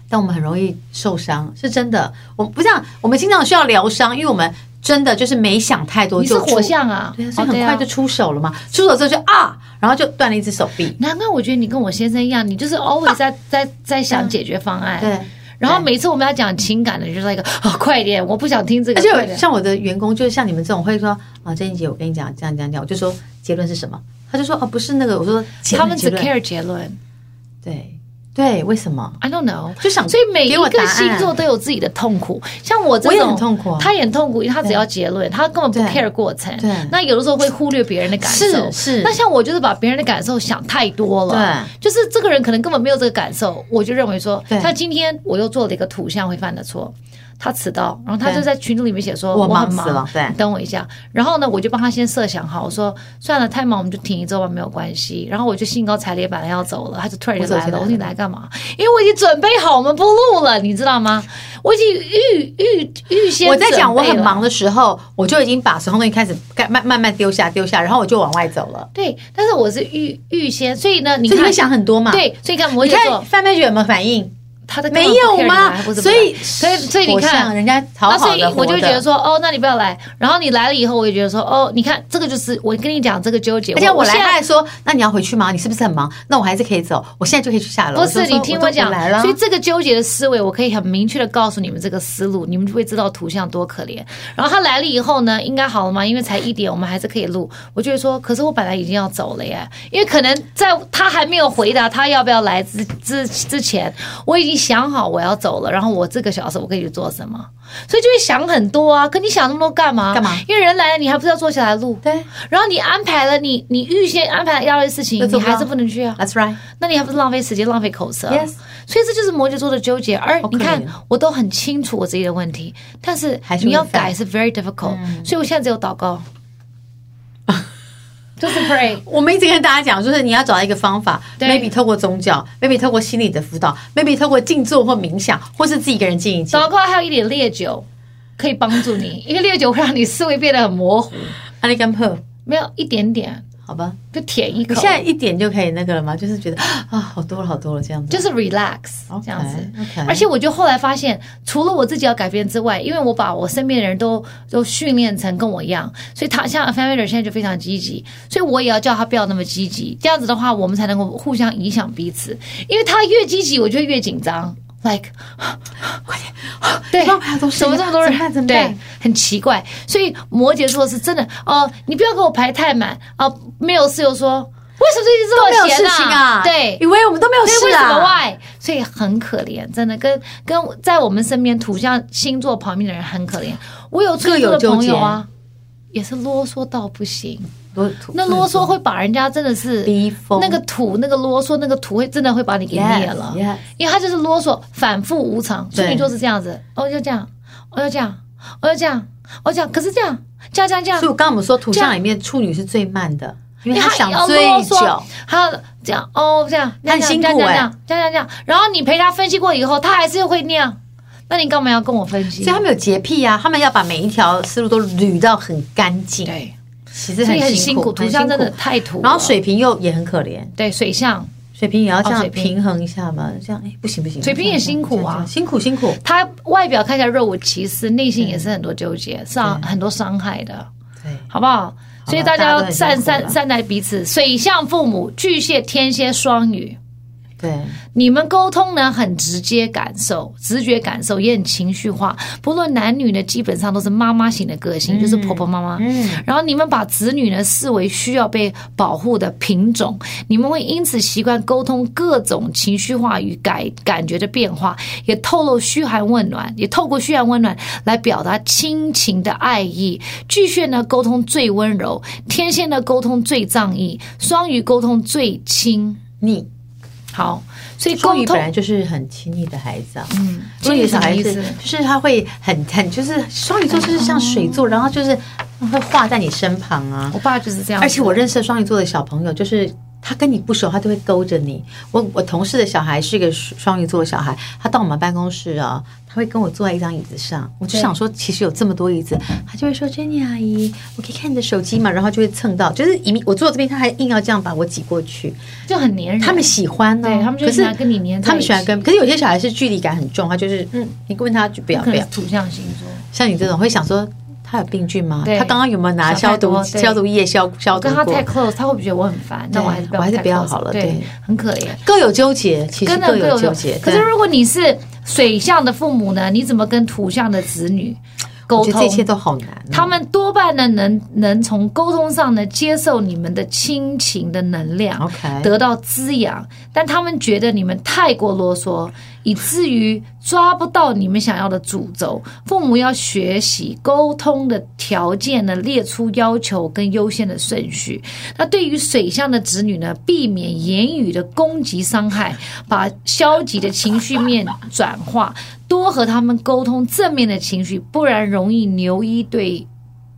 但我们很容易受伤，是真的。我们不像我们经常需要疗伤，因为我们真的就是没想太多你是就出火，象啊，对啊，所以哦很快就出手了嘛。出手之后就啊，然后就断了一只手臂。难怪我觉得你跟我先生一样，你就是 always 在、在在想解决方案。嗯对。然后每次我们要讲情感的，你就是那个哦，快一点，我不想听这个。而且快有点像我的员工，就是像你们这种会说啊，郑怡姐，我跟你讲这样这样这样，我就说结论是什么，他就说哦、不是那个，我说结他论们结只论 care 结论对对，为什么？ ，I don't know。就想所以每一给我答个案星座都有自己的痛苦，像我这种我也很痛苦啊他也很痛苦，因为他只要结论，他根本不对 care 过程对。那有的时候会忽略别人的感受，是是那像我就是把别人的感受想太多了，对，就是这个人可能根本没有这个感受，我就认为说，对像今天我又做了一个图像会犯的错。他迟到，然后他对就在群组里面写说我很忙死了对你等我一下。然后呢，我就帮他先设想好，我说算了，太忙我们就停一周吧，没有关系。然后我就兴高采烈，本来要走了，他就突然就我走来进来了。了我说你来干嘛？因为我已经准备好我们不录了，你知道吗？我已经预预预先我在讲我准备很了忙的时候，我就已经把所有东西开始该慢慢慢丢下丢下，然后我就往外走了。对，但是我是预预先，所以呢，你所以你看会想很多嘛？，对，所以你看摩你羯看座范妹姐有没有反应？他的没有吗吗？所以所以所以你我看像人家好那好所以的，我就觉得。说，哦，那你不要来。然后你来了以后，我也觉得说，哦，你看这个就是我跟你讲这个纠结。而且我来，现他在还说：“那你要回去吗？你是不是很忙？那我还是可以走，我现在就可以去下楼。”不我就是说你听我都讲不来，了所以，这个纠结的思维，我可以很明确的告诉你们这个思路，你们就会知道图像多可怜。然后他来了以后呢，应该好了吗？因为才一点，我们还是可以录。我就会说，可是我本来已经要走了耶，因为可能在他还没有回答他要不要来之之之前，我已经想好我要走了，然后我这个小时我可以去做什么，所以就会想很多啊。可你想那么多干嘛？干嘛因为人来了，你还不是要坐下来录？对。然后你安排了你你预先安排了要的事情，那你做不还到是不能去啊。 That's right。那你还不是浪费时间、浪费口舌 Yes 所以这就是摩羯座的纠结。而好可你怜看，我都很清楚我自己的问题，但是还是会你要犯嗯改是 very difficult，、所以我现在只有祷 告，就是 pray。我们一直跟大家讲，就是你要找到一个方法对，maybe 透过宗教，maybe 透过心理的辅导，maybe 透过静坐或冥想，或是自己一个人静一静。祷告还有一点烈酒可以帮助你，因为烈酒会让你思维变得很模糊，阿力跟 p 没有一点点好吧，就舔一口，你现在一点就可以那个了吗？就是觉得啊，好多了，好多了这样子。就是 relax OK，这样子。 OK 而且我就后来发现，除了我自己要改变之外，因为我把我身边的人都都训练成跟我一样，所以他像 f a m i l 现在就非常积极，所以我也要叫他不要那么积极。这样子的话，我们才能够互相影响彼此。因为他越积极，我就会越紧张。Like，快点，对，帮我排好东西怎么这么多人？怎么办怎么办对，很奇怪。所以摩羯座是真的哦、你不要给我排太满哦、没有事又说，为什么最近都没这么有闲事情啊，对，以为我们都没 有所以为事什么啊。 why？所以很可怜，真的跟跟在我们身边土象星座旁边的人很可怜。我有处的朋友啊，也是啰嗦到不行，啰那啰嗦会把人家真的是逼疯那个土那个啰嗦那个土会真的会把你给灭了 Yes, yes 因为他就是啰嗦，反复无常。处对女座是这样子，哦就这样，哦就这样，哦就这样，哦这样，可是这样这样这样这样所以，我刚刚我们说图像里面处女是最慢的，因为她想要最啰嗦久。，还要这样哦，这样，很辛苦这样这欸样这样这样这样，然后你陪他分析过以后，他还是会那样，那你干嘛要跟我分析所以？他们有洁癖啊，他们要把每一条思路都捋到很干净，对，其实所以很辛辛苦，图很像辛真的苦。太土了。然后水瓶又也很可怜，对水象，水瓶也要这哦样水瓶平衡一下嘛，这样哎不行不行，水瓶也辛苦啊这样辛苦辛苦。他外表看起来若无其事，内心也是很多纠结，伤很多伤害的，对，好不好？所以大家大家都要很善辛苦善了善待彼此。水象父母，巨蟹、天蝎、双鱼。对，你们沟通呢很直接，感受、直觉感受也很情绪化。不论男女呢，基本上都是妈妈型的个性，就是婆婆妈妈。嗯，然后你们把子女呢视为需要被保护的品种，你们会因此习惯沟通各种情绪化与感感觉的变化，也透露嘘寒问暖，也透过嘘寒问暖来表达亲情的爱意。巨蟹呢沟通最温柔，天蝎呢沟通最仗义，双鱼沟通最亲。你好，所以沟双通鱼本来就是很亲密的孩子啊，嗯，亲双鱼密什小么孩意子思就是他会很很就是双鱼座就是像水座，然后就是会画在你身旁啊我。爸就是这样子，而且我认识的双鱼座的小朋友，就是他跟你不熟，他就会勾着你。我我同事的小孩是一个双鱼座的小孩，他到我们办公室啊，他会跟我坐在一张椅子上，我就对想说，其实有这么多椅子，他就会说：“Jenny 阿姨，我可以看你的手机嘛？”然后就会蹭到，就是一我坐这边，他还硬要这样把我挤过去。就很黏人。他们喜欢呢、嗯对他们就可喜是欢跟你黏在一起他们喜欢跟，可是有些小孩是距离感很重，他就是嗯，你问他就不要不可能要是。土象星座，像你这种会想说他有病菌吗？对他刚刚有没有拿想消太多毒对消毒液消消我毒跟他过？太 close，他会不会觉得我很烦？那对我还是不要，我还是不要好了对对，很可怜。各有纠结，其实跟各各有纠结。可是对如果你是水象的父母呢，你怎么跟土象的子女沟我觉得这？通些都好难哦、他们多半呢能能从沟通上呢接受你们的亲情的能量 OK 得到滋养，但他们觉得你们太过啰嗦，以至于抓不到你们想要的主轴。父母要学习沟通的条件呢，列出要求跟优先的顺序。那对于水象的子女呢，避免言语的攻击伤害，把消极的情绪面转化，多和他们沟通正面的情绪，不然容易牛一对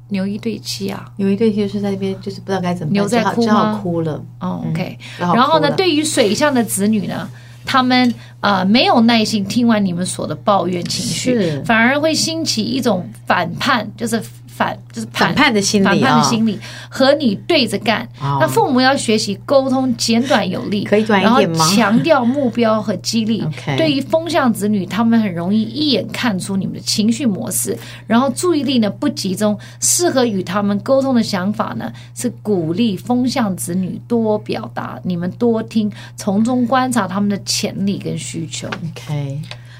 牛一对七啊。有一对就是在那边就是不知道该怎么办，牛在只好哭吗只好哭了。哦，OK、然后然后呢，哭了对于水象的子女呢，他们呃没有耐心听完你们所的抱怨情绪是，反而会兴起一种反叛，就是反就是反叛的心理反叛的哦心理和你对着干。哦那父母要学习沟通简短有力，可以短一点吗然后强调目标和激 励。OK 对于风向子女，他们很容易一眼看出你们的情绪模式，然后注意力呢不集中，适合与他们沟通的想法呢是鼓励风向子女多表达，你们多听，从中观察他们的潜力跟需求。 OK，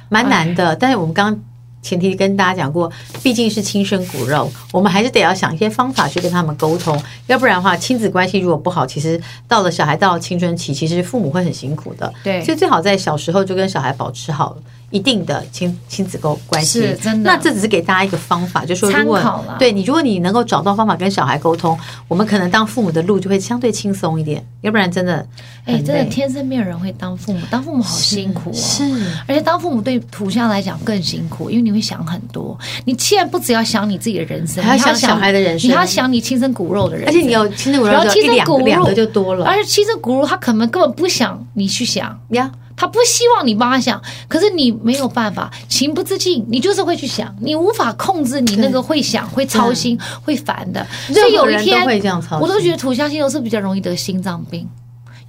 蛮难哎的。但是我们刚刚前提跟大家讲过，毕竟是亲生骨肉，我们还是得要想一些方法去跟他们沟通，要不然的话，亲子关系如果不好，其实到了小孩到了青春期，其实父母会很辛苦的。对所以最好在小时候就跟小孩保持好一定的亲亲子沟关系。是真的那这只是给大家一个方法，就说如果参考啦对你，如果你能够找到方法跟小孩沟通，我们可能当父母的路就会相对轻松一点，要不然真的哎，很真的累。天生没有人会当父母，当父母好辛苦哦。是。而且当父母对土象来讲更辛苦，因为你会想很多。你既然不只要想你自己的人生，还要你想小孩的人生你还要想你亲生骨肉的人而生且你有亲生骨肉然后只有亲一生两骨个肉两个就多了而且亲生骨肉他可能根本不想你去想，呀。他不希望你帮他想，可是你没有办法，情不自禁，你就是会去想，你无法控制你那个会想、会操心、会烦的。任何所以有一人天都会这样操心我都觉得土象星座是比较容易得心脏病，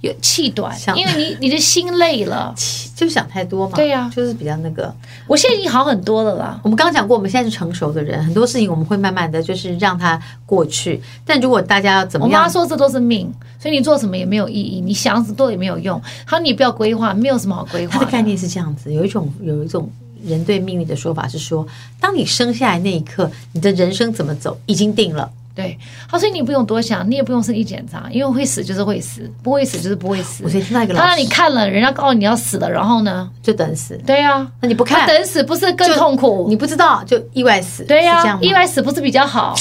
有气短，想因为你你的心累了。就想太多嘛，对呀就是比较那个。我现在已经好很多了啦。我们刚刚讲过，我们现在是成熟的人，很多事情我们会慢慢的就是让它过去。但如果大家要怎我么妈样，说这都是命，所以你做什么也没有意义，你想很多也没有用。她说你不要规划，没有什么好规划它的的。概念是这样子，有一种有一种人对命运的说法是说，当你生下来那一刻，你的人生怎么走已经定了。对，她说你不用多想，你也不用身体检查，因为会死就是会死，不会死就是不会死我。曾经听到一个当老然你师，看了，人家告诉你要死了，然后呢？就等死，对啊，那你不他看，等死不是更就痛苦？你不知道就意外死，对是这呀、样吗意外死不是比较好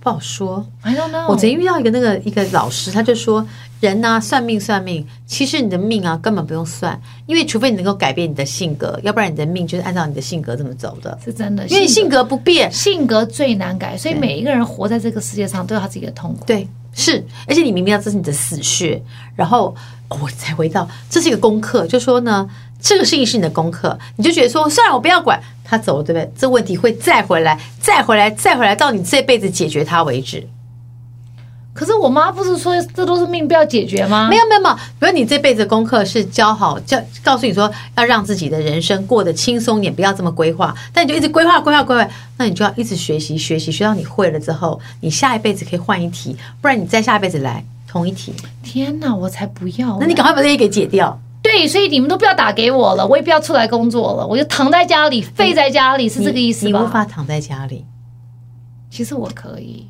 不好说。 ？I don't know。我曾经遇到一个那个一个老师，他就说，人呐、算命算命，其实你的命啊根本不用算，因为除非你能够改变你的性格，要不然你的命就是按照你的性格这么走的，是真的，因为性性格不变。性格最难改，所以每一个人活在这个世界上都有他自己的痛苦。对，是，而且你明明知道这是你的死穴，然后、哦我才回到这是一个功课，就说呢，这个事情是你的功课，你就觉得说，算了，我不要管他走了，对不对？这问题会再回来，再回来，再回来，到你这辈子解决它为止。可是我妈不是说这都是命，不要解决吗？没有没有没有，比如你这辈子的功课是教好教，告诉你说要让自己的人生过得轻松一点，不要这么规划，但你就一直规划规划规划，那你就要一直学习学习，学到你会了之后，你下一辈子可以换一题，不然你再下一辈子来同一题，天哪，我才不要！那你赶快把这些给解掉。对，所以你们都不要打给我了，我也不要出来工作了，我就躺在家里，废在家里，是这个意思你吧？无法躺在家里，其实我可以，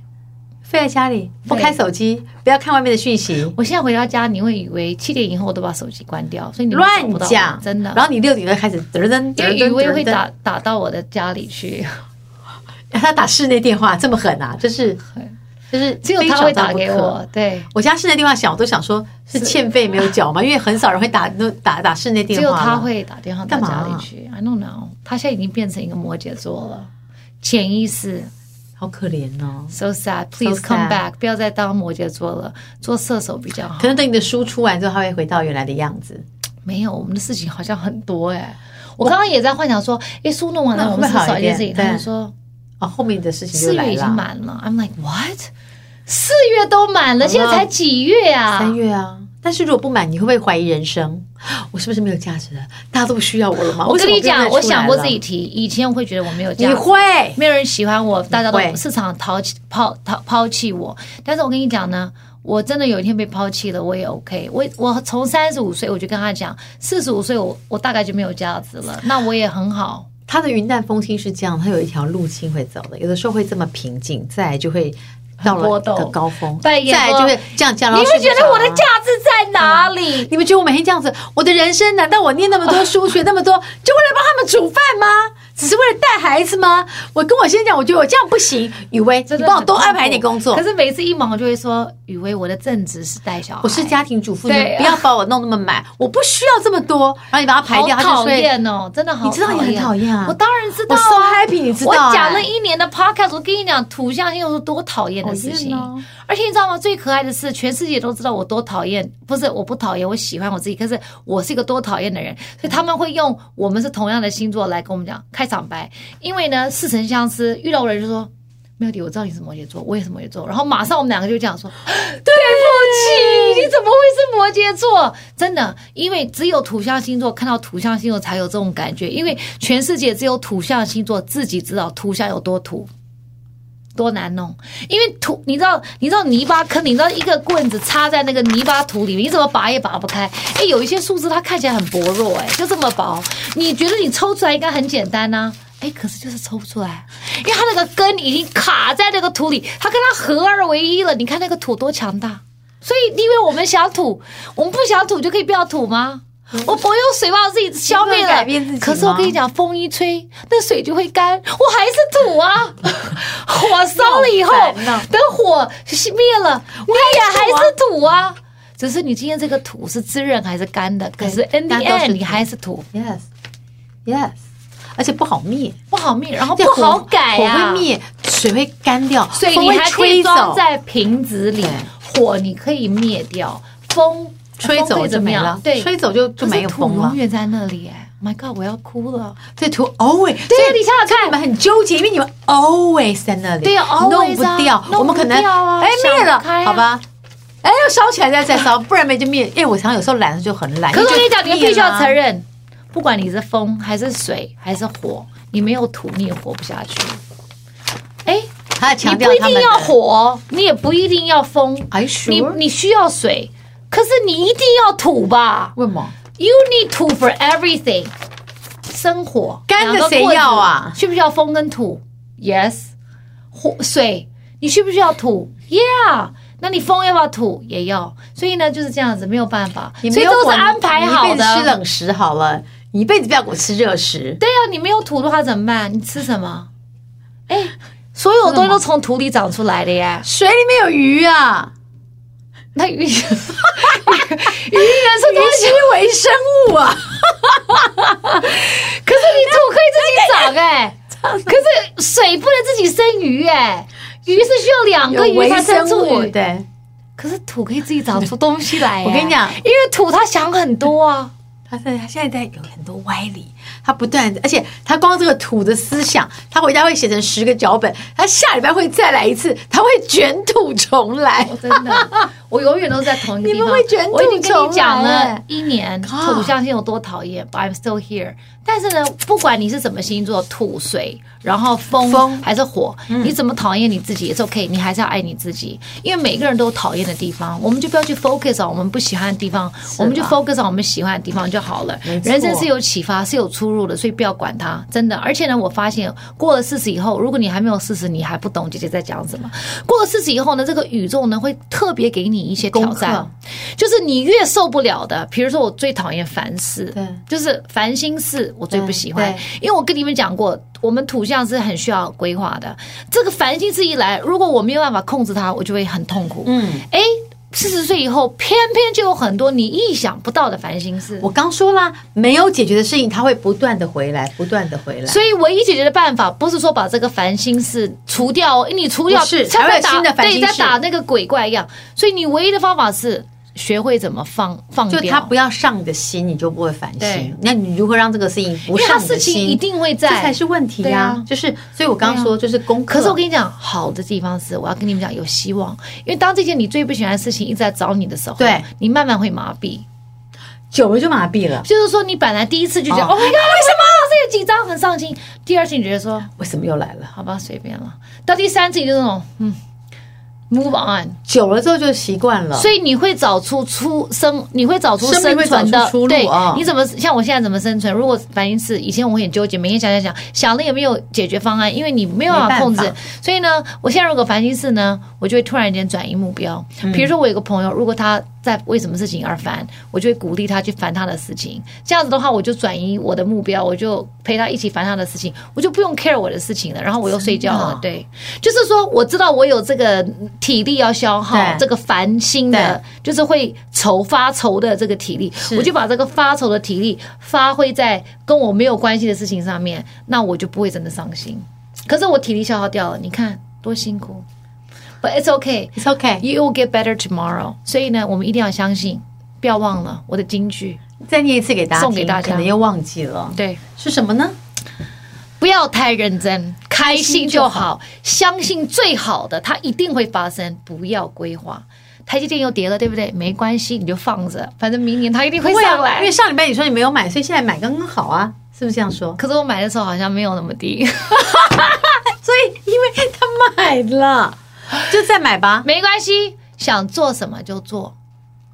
废在家里，不开手机，不要看外面的讯息，我现在回到家，你会以为七点以后我都把手机关掉，所以你们找乱不到我讲，真的。然后你六点就开始噔噔噔因为噔雨薇会噔打打到我的家里去， 噔，他打室内电话这么狠啊，就是就是只有非她找会到打不给可我。对，我家室内电话响，我都想说是欠费没有缴吗？因为很少人会打都打打室内电只话。有她。会打电话到干嘛家啊里去。I don't know，她现在已经变成一个摩羯座了，潜意识好可怜哦。 so sad。Please sad come back，不要再当摩羯座了，做射手比较好可。能等你的书出完之后，它会回到原来的样子。没有，我们的事情好像很多哎、我刚刚也在幻想说，哎，书弄完那了，会我不会们至好少一一件点事情。他们对说哦，后面的事情就四来月已经了。满了，I'm like what？四月都满了，现在才几月啊？三月啊，但是如果不满，你会不会怀疑人生？我是不是没有价值了？大家都不需要我了吗？我跟你为什么讲，变得我出来想过了这一题，以前我会觉得我没有价你值，会没有人喜欢我，大家你会都市场抛弃抛抛抛弃我。但是我跟你讲呢，我真的有一天被抛弃了，我也 OK 我。我从三十五岁我就跟他讲，四十五岁我我大概就没有价值了，那我也很好。它的云淡风轻是这样，它有一条路径会走的，有的时候会这么平静，再来就会到很了波一个动高峰，但再也来就说会这样这样。然后你会睡觉不得着我的啊嗯价值在哪里？你们觉得我每天这样子，我的人生难道我念那么多书，学那么多，就为了帮他们煮饭吗？只是为了带孩子吗？我跟我先讲，我觉得我这样不行，雨薇，真你的帮我很多痛安排一苦点工作可。是每次一忙，我就会说，雨薇，我的正职是带小孩，我是家庭主妇，你对们啊不要把我弄那么满，我不需要这么多。然后你把它排好掉，他就讨会厌哦，真的好，你知道你很讨厌啊我当然知道、啊，我 so happy，你知道啊我讲了一年的 podcast，我跟你讲，土象星座是多讨厌的事情、讨厌哦而且你知道吗？最可爱的是，全世界都知道我多讨厌，不是我不讨厌，我喜欢我自己，可是我是一个多讨厌的人，所以他们会用我们是同样的星座来跟我们讲开场白，因为呢似曾相识，遇到我的人就说。妙迪，我知道你是摩羯座，我也是摩羯座。”然后马上我们两个就这样说：“对不起，你怎么会是摩羯座？”真的，因为只有土象星座看到土象星座才有这种感觉，因为全世界只有土象星座自己知道土象有多土。多难弄，因为土，你知道，你知道泥巴坑，你知道一个棍子插在那个泥巴土里面，你怎么拔也拔不开。哎，有一些树枝它看起来很薄弱、哎，就这么薄，你觉得你抽出来应该很简单呐、哎，可是就是抽不出来，因为它那个根已经卡在那个土里，它跟它合二为一了。你看那个土多强大，所以你以为我们想土，我们不想土就可以不要土吗？我我用水把我自己消灭你了，不能改变自己吗可是我跟你讲，风一吹，那水就会干，我还是 土啊。火烧了以后好烦哦，等火熄灭了，啊我也还是土啊。只是你今天这个土是滋润还是干的，可是 in the 大家都是 end 土你还是土， Yes, yes，而且不好灭，不好灭，然后这不好火改啊。火会灭，水会干掉，所以风你会还可以吹装走。在瓶子里对，火你可以灭掉，风吹风走会就怎么没样了，对，吹走就就可是没有土风了永。远在那里哎，My God，我要哭了。对，土 always，所对以你想想看所以你们很纠结，因为你们 always 在那里，对啊，always 啊弄不掉，弄不我们可能掉啊哎想不灭了开，啊好吧。哎，要烧起来再再 烧，不然没就灭。因为我常常有时候哎懒，就很懒。可是我跟你讲，就你们必须灭要了啊承认，不管你是风还是水还是火，你没有土你也活不下去。哎，他在你强调不一他定们要的火，你也不一定要风 Are you sure？你你需要水，可是你一定要土吧为什么？ ？You need 土 for everything。生火，干的两个谁棍子要啊需不需要风跟土？Yes。火水，你需不需要土？Yeah。那你风要不要土？也要。所以呢，就是这样子，没有办法，所你以没有都是管安排你好一辈子吃的。冷食好了，你一辈子不要给我吃热食。对啊呀、你没有土的话怎么办？你吃什么？哎，所有东西都从土里长出来的呀。水里面有鱼啊，那 鱼，鱼原是鱼东西，是微生物啊。可是你土可以自己长哎、可是水不能自己生鱼哎、鱼是需要两个有鱼微才生生出物鱼，对，可是土可以自己长出东西来、哎我跟你讲因为土它想很多啊。他在他现在在有很多歪理，他不断地，而且他光这个土的思想，他回家会写成十个脚本，他下礼拜会再来一次，他会卷土重来 我。真的，我永远都是在同一个地你方。们会卷土我已经跟你讲重来了哎一年， God 土象星有多讨厌，but I'm still here。但是呢，不管你是什么星座，土、水，然后风风嗯还是火，你怎么讨厌你自己也是 OK，你还是要爱你自己，因为每个人都有讨厌的地方，我们就不要去 focus on 我们不喜欢的地方，我们就 focus on 我们喜欢的地方就好了。没错人生是有启发，是有出入的，所以不要管它，真的。而且呢，我发现过了四十以后，如果你还没有四十，你还不懂姐姐在讲什么。过了四十以后呢，这个宇宙呢会特别给你一些挑战功，就是你越受不了的，比如说我最讨厌烦事，对就是烦心事，我最不喜欢对对，因为我跟你们讲过，我们土象是很需要规划的。这个烦心事一来，如果我没有办法控制它，我就会很痛苦。嗯，哎。四十岁以后，偏偏就有很多你意想不到的烦心事。我刚说啦，没有解决的事情，他会不断的回来，不断的回来。所以唯一解决的办法不是说把这个烦心事除掉哦，你除掉不是像还会有在打新的烦心对，事在打那个鬼怪一样。所以你唯一的方法是学会怎么放放就掉，他不要上你的心，你就不会烦对心。那你如何让这个事情不因为上他你事的情心？一定会这才在。是问题对呀、啊就是，所以我刚刚说，就是功课。可是我跟你讲，好的地方是，我要跟你们讲，有希望。因为当这件你最不喜欢的事情一直在找你的时候，对你慢慢会麻痹。久了就麻痹了。就是说，你本来第一次就觉得，哦 Oh my God，为什么这个紧张很上心？第二次你觉得说，为什么又来了？好吧，随便了。到第三次你就那种，嗯，move on。久了之后就习惯了。所以你会找出出生，你会找出生生命会存找的出出路对啊，你怎么像我现在怎么生存？如果反应是以前我会很纠结，每天想想想想了也没有解决方案，因为你没有办法控没制办。所以呢，我现在如果烦心事呢，我就会突然间转移目标。嗯比如说我有个朋友，如果他在为什么事情而烦，我就会鼓励他去烦他的事情。这样子的话，我就转移我的目标，我就陪他一起烦他的事情，我就不用 care 我的事情了。然后我又睡觉真的了啊。对，就是说我知道我有这个体力要消耗对，这个烦心的，就是会愁发愁的这个体力，我就把这个发愁的体力发挥在跟我没有关系的事情上面，那我就不会真的伤心。可是我体力消耗掉了，你看多辛苦。But it's okay, It's OK， you will get better tomorrow。所以呢，我们一定要相信，不要忘了我的金句。再念一次给大家听，送给大家可能又忘记了，对，是什么呢？不要太认真，开心就好，相信最好的它一定会发生，不要规划。台积电又跌了，对不对？没关系，你就放着，反正明年它一定会不会啊上来因为。上礼拜你说你没有买，所以现在买刚刚好啊，是不是这样 说？可是我买的时候好像没有那么低， 所以因为他买了，就再买吧。没关系，想做什么就做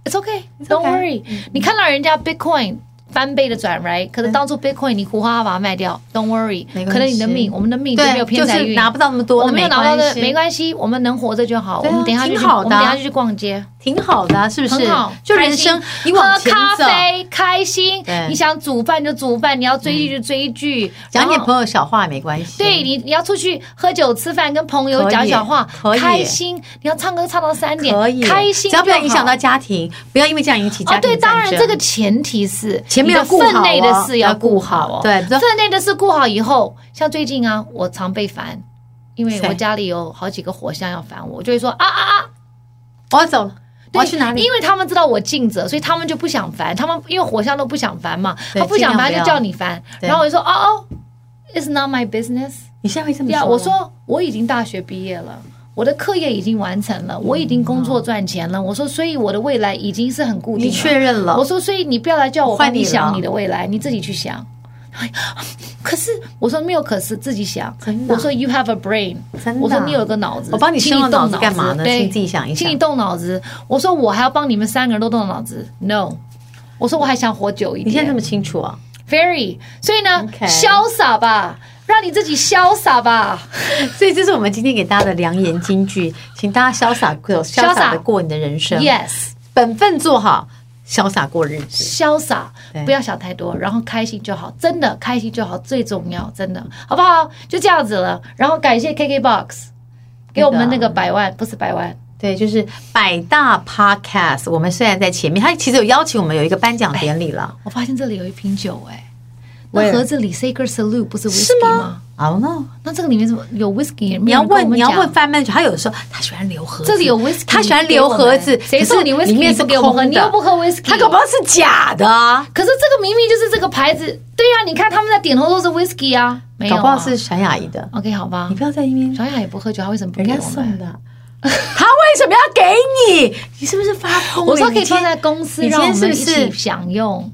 ，It's okay, don't okay 嗯 worry。你看到人家 Bitcoin 翻倍的转 right，可是当初 Bitcoin 你苦哈哈把它卖掉，don't worry，没关系可能你的命，我们的命就没对有，就偏财是运，拿不到那么多，我没有拿到的的，没关系，我们能活着就好。对我啊们等一下就去，挺好我的啊们等一下就去逛街，挺好的、啊，是不是很好？，就开人心生，你往喝前咖走。啡，开心对。嗯你想煮饭就煮饭，你要追剧就追剧，讲然点后朋友小话也没关系。对你，你要出去喝酒吃饭，跟朋友可以讲讲话可，以开心。你要唱歌唱到三点，可以开心只就好，要不要影响到家庭，不要因为这样引起家庭哦，对，当然战这争个前提是前面你要的顾好哦分内的事要顾好哦。对比如说分内的事顾好以后，像最近啊，我常被烦，因为谁我家里有好几个火象要烦我，我就会说啊啊啊，我要走了，我对要去哪里？因为他们知道我尽责，所以他们就不想烦。他们因为火象都不想烦嘛，对他不想烦尽量就不要叫你烦。对然后我就说哦哦，It's not my business。你现在会这么呀，说？我，说我已经大学毕业了。我的课业已经完成了，我已经工作赚钱了。我说，所以我的未来已经是很固定你了。确认了我，说，所以你不要来叫我帮换你你想了你的未来，你自己去想。 可是我说没有，可是自己想真。的我说 you have a brain，真的我说你有个脑子，我帮你请你生了动脑子干嘛呢对，请你自己想一想请你动脑子。我说我还要帮你们三个人都动脑子，no。我说我还想活久一点。你现在这么清楚啊？ very，所以呢， OK 潇洒吧，让你自己潇洒吧。所以这是我们今天给大家的良言金句，请大家潇洒过，潇洒的过你的人生 Yes，本分做好，潇洒过日子。潇洒对，不要想太多，然后开心就好，真的开心就好，最重要，真的，好不好？就这样子了，然后感谢 KKBOX 给我们那个百万，不是百万，对，就是百大 Podcast，我们虽然在前面，他其实有邀请我们有一个颁奖典礼了。我发现这里有一瓶酒、哎， Where？那盒子里 Sacred Salute 哎不是是 Whisky 吗吗？ ？I don't know。那这个里面怎么有 Whisky？你你要问，你要问贩卖酒，他有时候他喜欢留盒子，这里有 Whisky，他喜欢留盒子，谁送你可是 Whisky？里面你是不给我空喝，的，你又不喝 Whisky，他搞不好是假的啊，可是这个明明就是这个牌子，对呀、你看他们在点头都是 Whisky 啊，没有、搞啊，不好是沈雅怡的。 OK 好吧你？不要在一边，小雅也不喝酒，她为什么不人给家我们送？的，他为什么要给你？你是不是发疯了？哦我说可你以今放天在公司，你今让天我是们不一是起享用。哦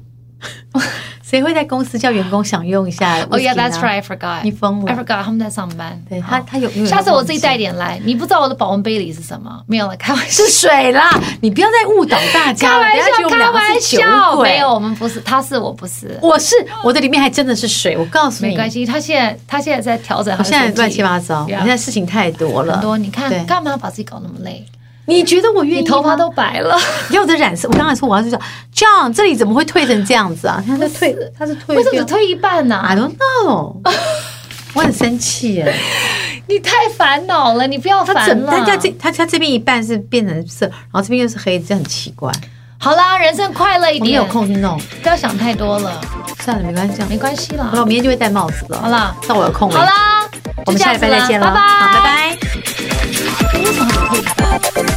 谁会在公司叫员工享用一下？ Oh yeah, that's right. I forgot. 啊你疯了 I forgot 他们在上班。对他好他有因为他下次我忘记自己带点来。你不知道我的保温杯里是什么？没有了，开玩笑 是。水啦！你不要再误导大开家了，玩等一下觉得我笑，们开两个玩是酒笑，鬼。没有，，我们不是，他是我不是，我是我的里面还真的是水，我告诉你，没关系。他现在他现在在调整他我的现身体，在乱七八糟，我 Yeah 现在事情太多了。很多。你看对，干嘛把自己搞那么累？你觉得我愿你意吗头发都 白了，给我的染色，我刚才说我要去找 John，这里怎么会退成这样子啊？他在退，他是退为什么掉只推一半呢？ I don't know，我很生气耶。你太烦恼了，你不要他烦整了。他他这他他这边一半是变成色，然后这边又是黑，这很奇怪。好啦，人生快乐一我没点，有空去弄，不要想太多了，算了，没关系。这样没关系啦好。了，我明天就会戴帽子了。好啦，那我有空了。好，啦，我们就下这样礼子拜啦再见了，拜拜，好，拜。拜。为什么只退一半